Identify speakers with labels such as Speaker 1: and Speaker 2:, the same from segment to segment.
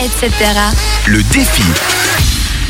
Speaker 1: etc.
Speaker 2: Le défi.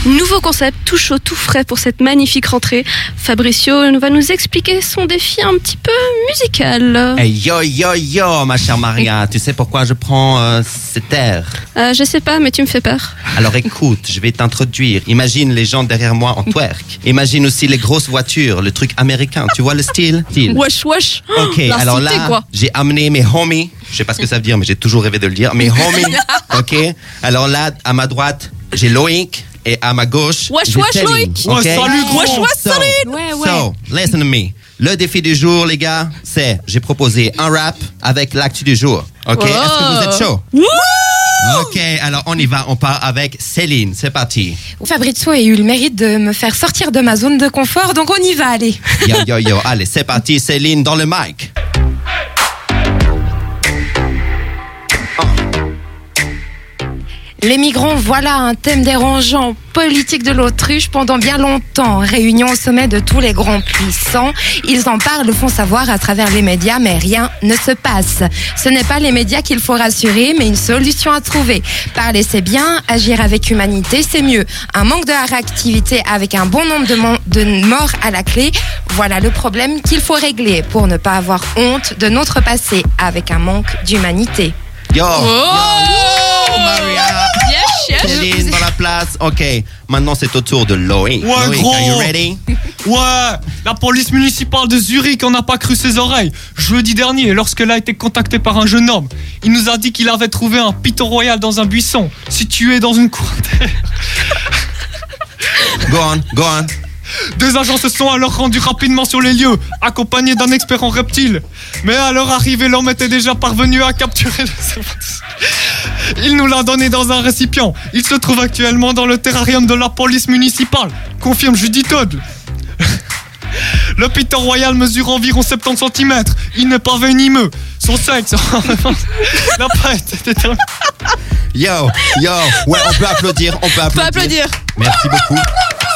Speaker 3: Nouveau concept, tout chaud, tout frais pour cette magnifique rentrée. Fabricio va nous expliquer son défi un petit peu musical.
Speaker 2: Hey, Eh, yo yo yo, ma chère Maria, tu sais pourquoi je prends euh, cet air
Speaker 3: Euh, je sais pas, mais tu me fais peur.
Speaker 2: Alors écoute, je vais t'introduire. Imagine les gens derrière moi en twerk. Imagine aussi les grosses voitures, le truc américain. Tu vois le style Style.
Speaker 3: Wesh wesh
Speaker 2: Ok,
Speaker 3: La
Speaker 2: alors
Speaker 3: cité,
Speaker 2: là,
Speaker 3: quoi.
Speaker 2: j'ai amené mes homies. Je sais pas ce que ça veut dire, mais j'ai toujours rêvé de le dire. Mes homies. ok. Alors là, à ma droite, j'ai Loïc. Et à ma gauche,
Speaker 3: Wesh,
Speaker 2: j'ai
Speaker 3: wesh,
Speaker 2: Teddy,
Speaker 3: Loïc.
Speaker 2: ok?
Speaker 4: Wesh, salut, gros.
Speaker 3: Wesh, wesh,
Speaker 2: So,
Speaker 3: salut.
Speaker 1: Ouais, ouais.
Speaker 2: So, listen to me. Le défi du jour, les gars, c'est j'ai proposé un rap avec l'actu du jour. Ok.
Speaker 3: Wow.
Speaker 2: Est-ce que vous êtes chaud?
Speaker 3: Wouh
Speaker 2: Ok. Alors on y va. On part avec Céline. C'est parti.
Speaker 5: Fabrizio a eu le mérite de me faire sortir de ma zone de confort, donc on y va, allez.
Speaker 2: Yo yo yo. Allez, c'est parti. Céline dans le mic.
Speaker 5: Les migrants, voilà un thème dérangeant, politique de l'autruche pendant bien longtemps. Réunion au sommet de tous les grands puissants. Ils en parlent, le font savoir à travers les médias, mais rien ne se passe. Ce n'est pas les médias qu'il faut rassurer, mais une solution à trouver. Parler, c'est bien, agir avec humanité, c'est mieux. Un manque de réactivité avec un bon nombre de, mon- de morts à la clé, voilà le problème qu'il faut régler pour ne pas avoir honte de notre passé avec un manque d'humanité.
Speaker 2: Yo.
Speaker 3: Oh
Speaker 2: Maria.
Speaker 3: Yes, yes.
Speaker 2: Céline dans la place. Ok. Maintenant, c'est au tour de Loïc.
Speaker 4: Ouais,
Speaker 2: Loïc,
Speaker 4: gros.
Speaker 2: are you ready?
Speaker 4: Ouais, la police municipale de Zurich en a pas cru ses oreilles. Jeudi dernier, lorsqu'elle a été contactée par un jeune homme, il nous a dit qu'il avait trouvé un piton royal dans un buisson, situé dans une cour.
Speaker 2: Go on, go on.
Speaker 4: Deux agents se sont alors rendus rapidement sur les lieux, accompagnés d'un expert en reptiles. Mais à leur arrivée, l'homme était déjà parvenu à capturer le serpentis. Il nous l'a donné dans un récipient. Il se trouve actuellement dans le terrarium de la police municipale, confirme Judith Todd. Le piton royal mesure environ 70 cm. Il n'est pas venimeux. Son sexe en revanche, n'a pas été déterminé.
Speaker 2: Yo, yo. Ouais, on peut applaudir, on peut applaudir.
Speaker 3: On peut applaudir.
Speaker 2: Merci beaucoup.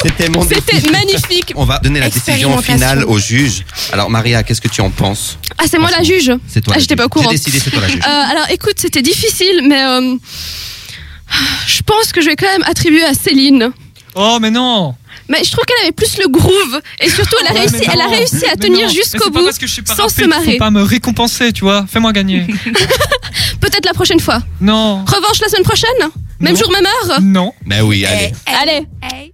Speaker 2: C'était mon défi.
Speaker 3: C'était magnifique.
Speaker 2: On va donner la décision finale au juge. Alors, Maria, qu'est-ce que tu en penses
Speaker 3: Ah, c'est moi la juge.
Speaker 2: C'est toi.
Speaker 3: Ah,
Speaker 2: la
Speaker 3: j'étais
Speaker 2: juge.
Speaker 3: pas au courant.
Speaker 2: J'ai décidé, c'est toi la juge.
Speaker 3: Euh, alors écoute, c'était difficile, mais euh, je pense que je vais quand même attribuer à Céline.
Speaker 4: Oh, mais non!
Speaker 3: Mais je trouve qu'elle avait plus le groove et surtout elle a
Speaker 4: Ouais,
Speaker 3: réussi,
Speaker 4: mais non.
Speaker 3: elle a réussi à
Speaker 4: Mais
Speaker 3: tenir
Speaker 4: non. Mais
Speaker 3: jusqu'au
Speaker 4: c'est pas
Speaker 3: bout
Speaker 4: parce que je suis pas
Speaker 3: sans
Speaker 4: rapide
Speaker 3: se
Speaker 4: qu'il faut
Speaker 3: marrer.
Speaker 4: pas me récompenser, tu vois. Fais-moi gagner.
Speaker 3: Peut-être la prochaine fois.
Speaker 4: non.
Speaker 3: Revanche la semaine prochaine Même
Speaker 4: Non.
Speaker 3: jour, même heure
Speaker 4: Non.
Speaker 2: Ben oui, allez.
Speaker 3: Allez
Speaker 5: Hey.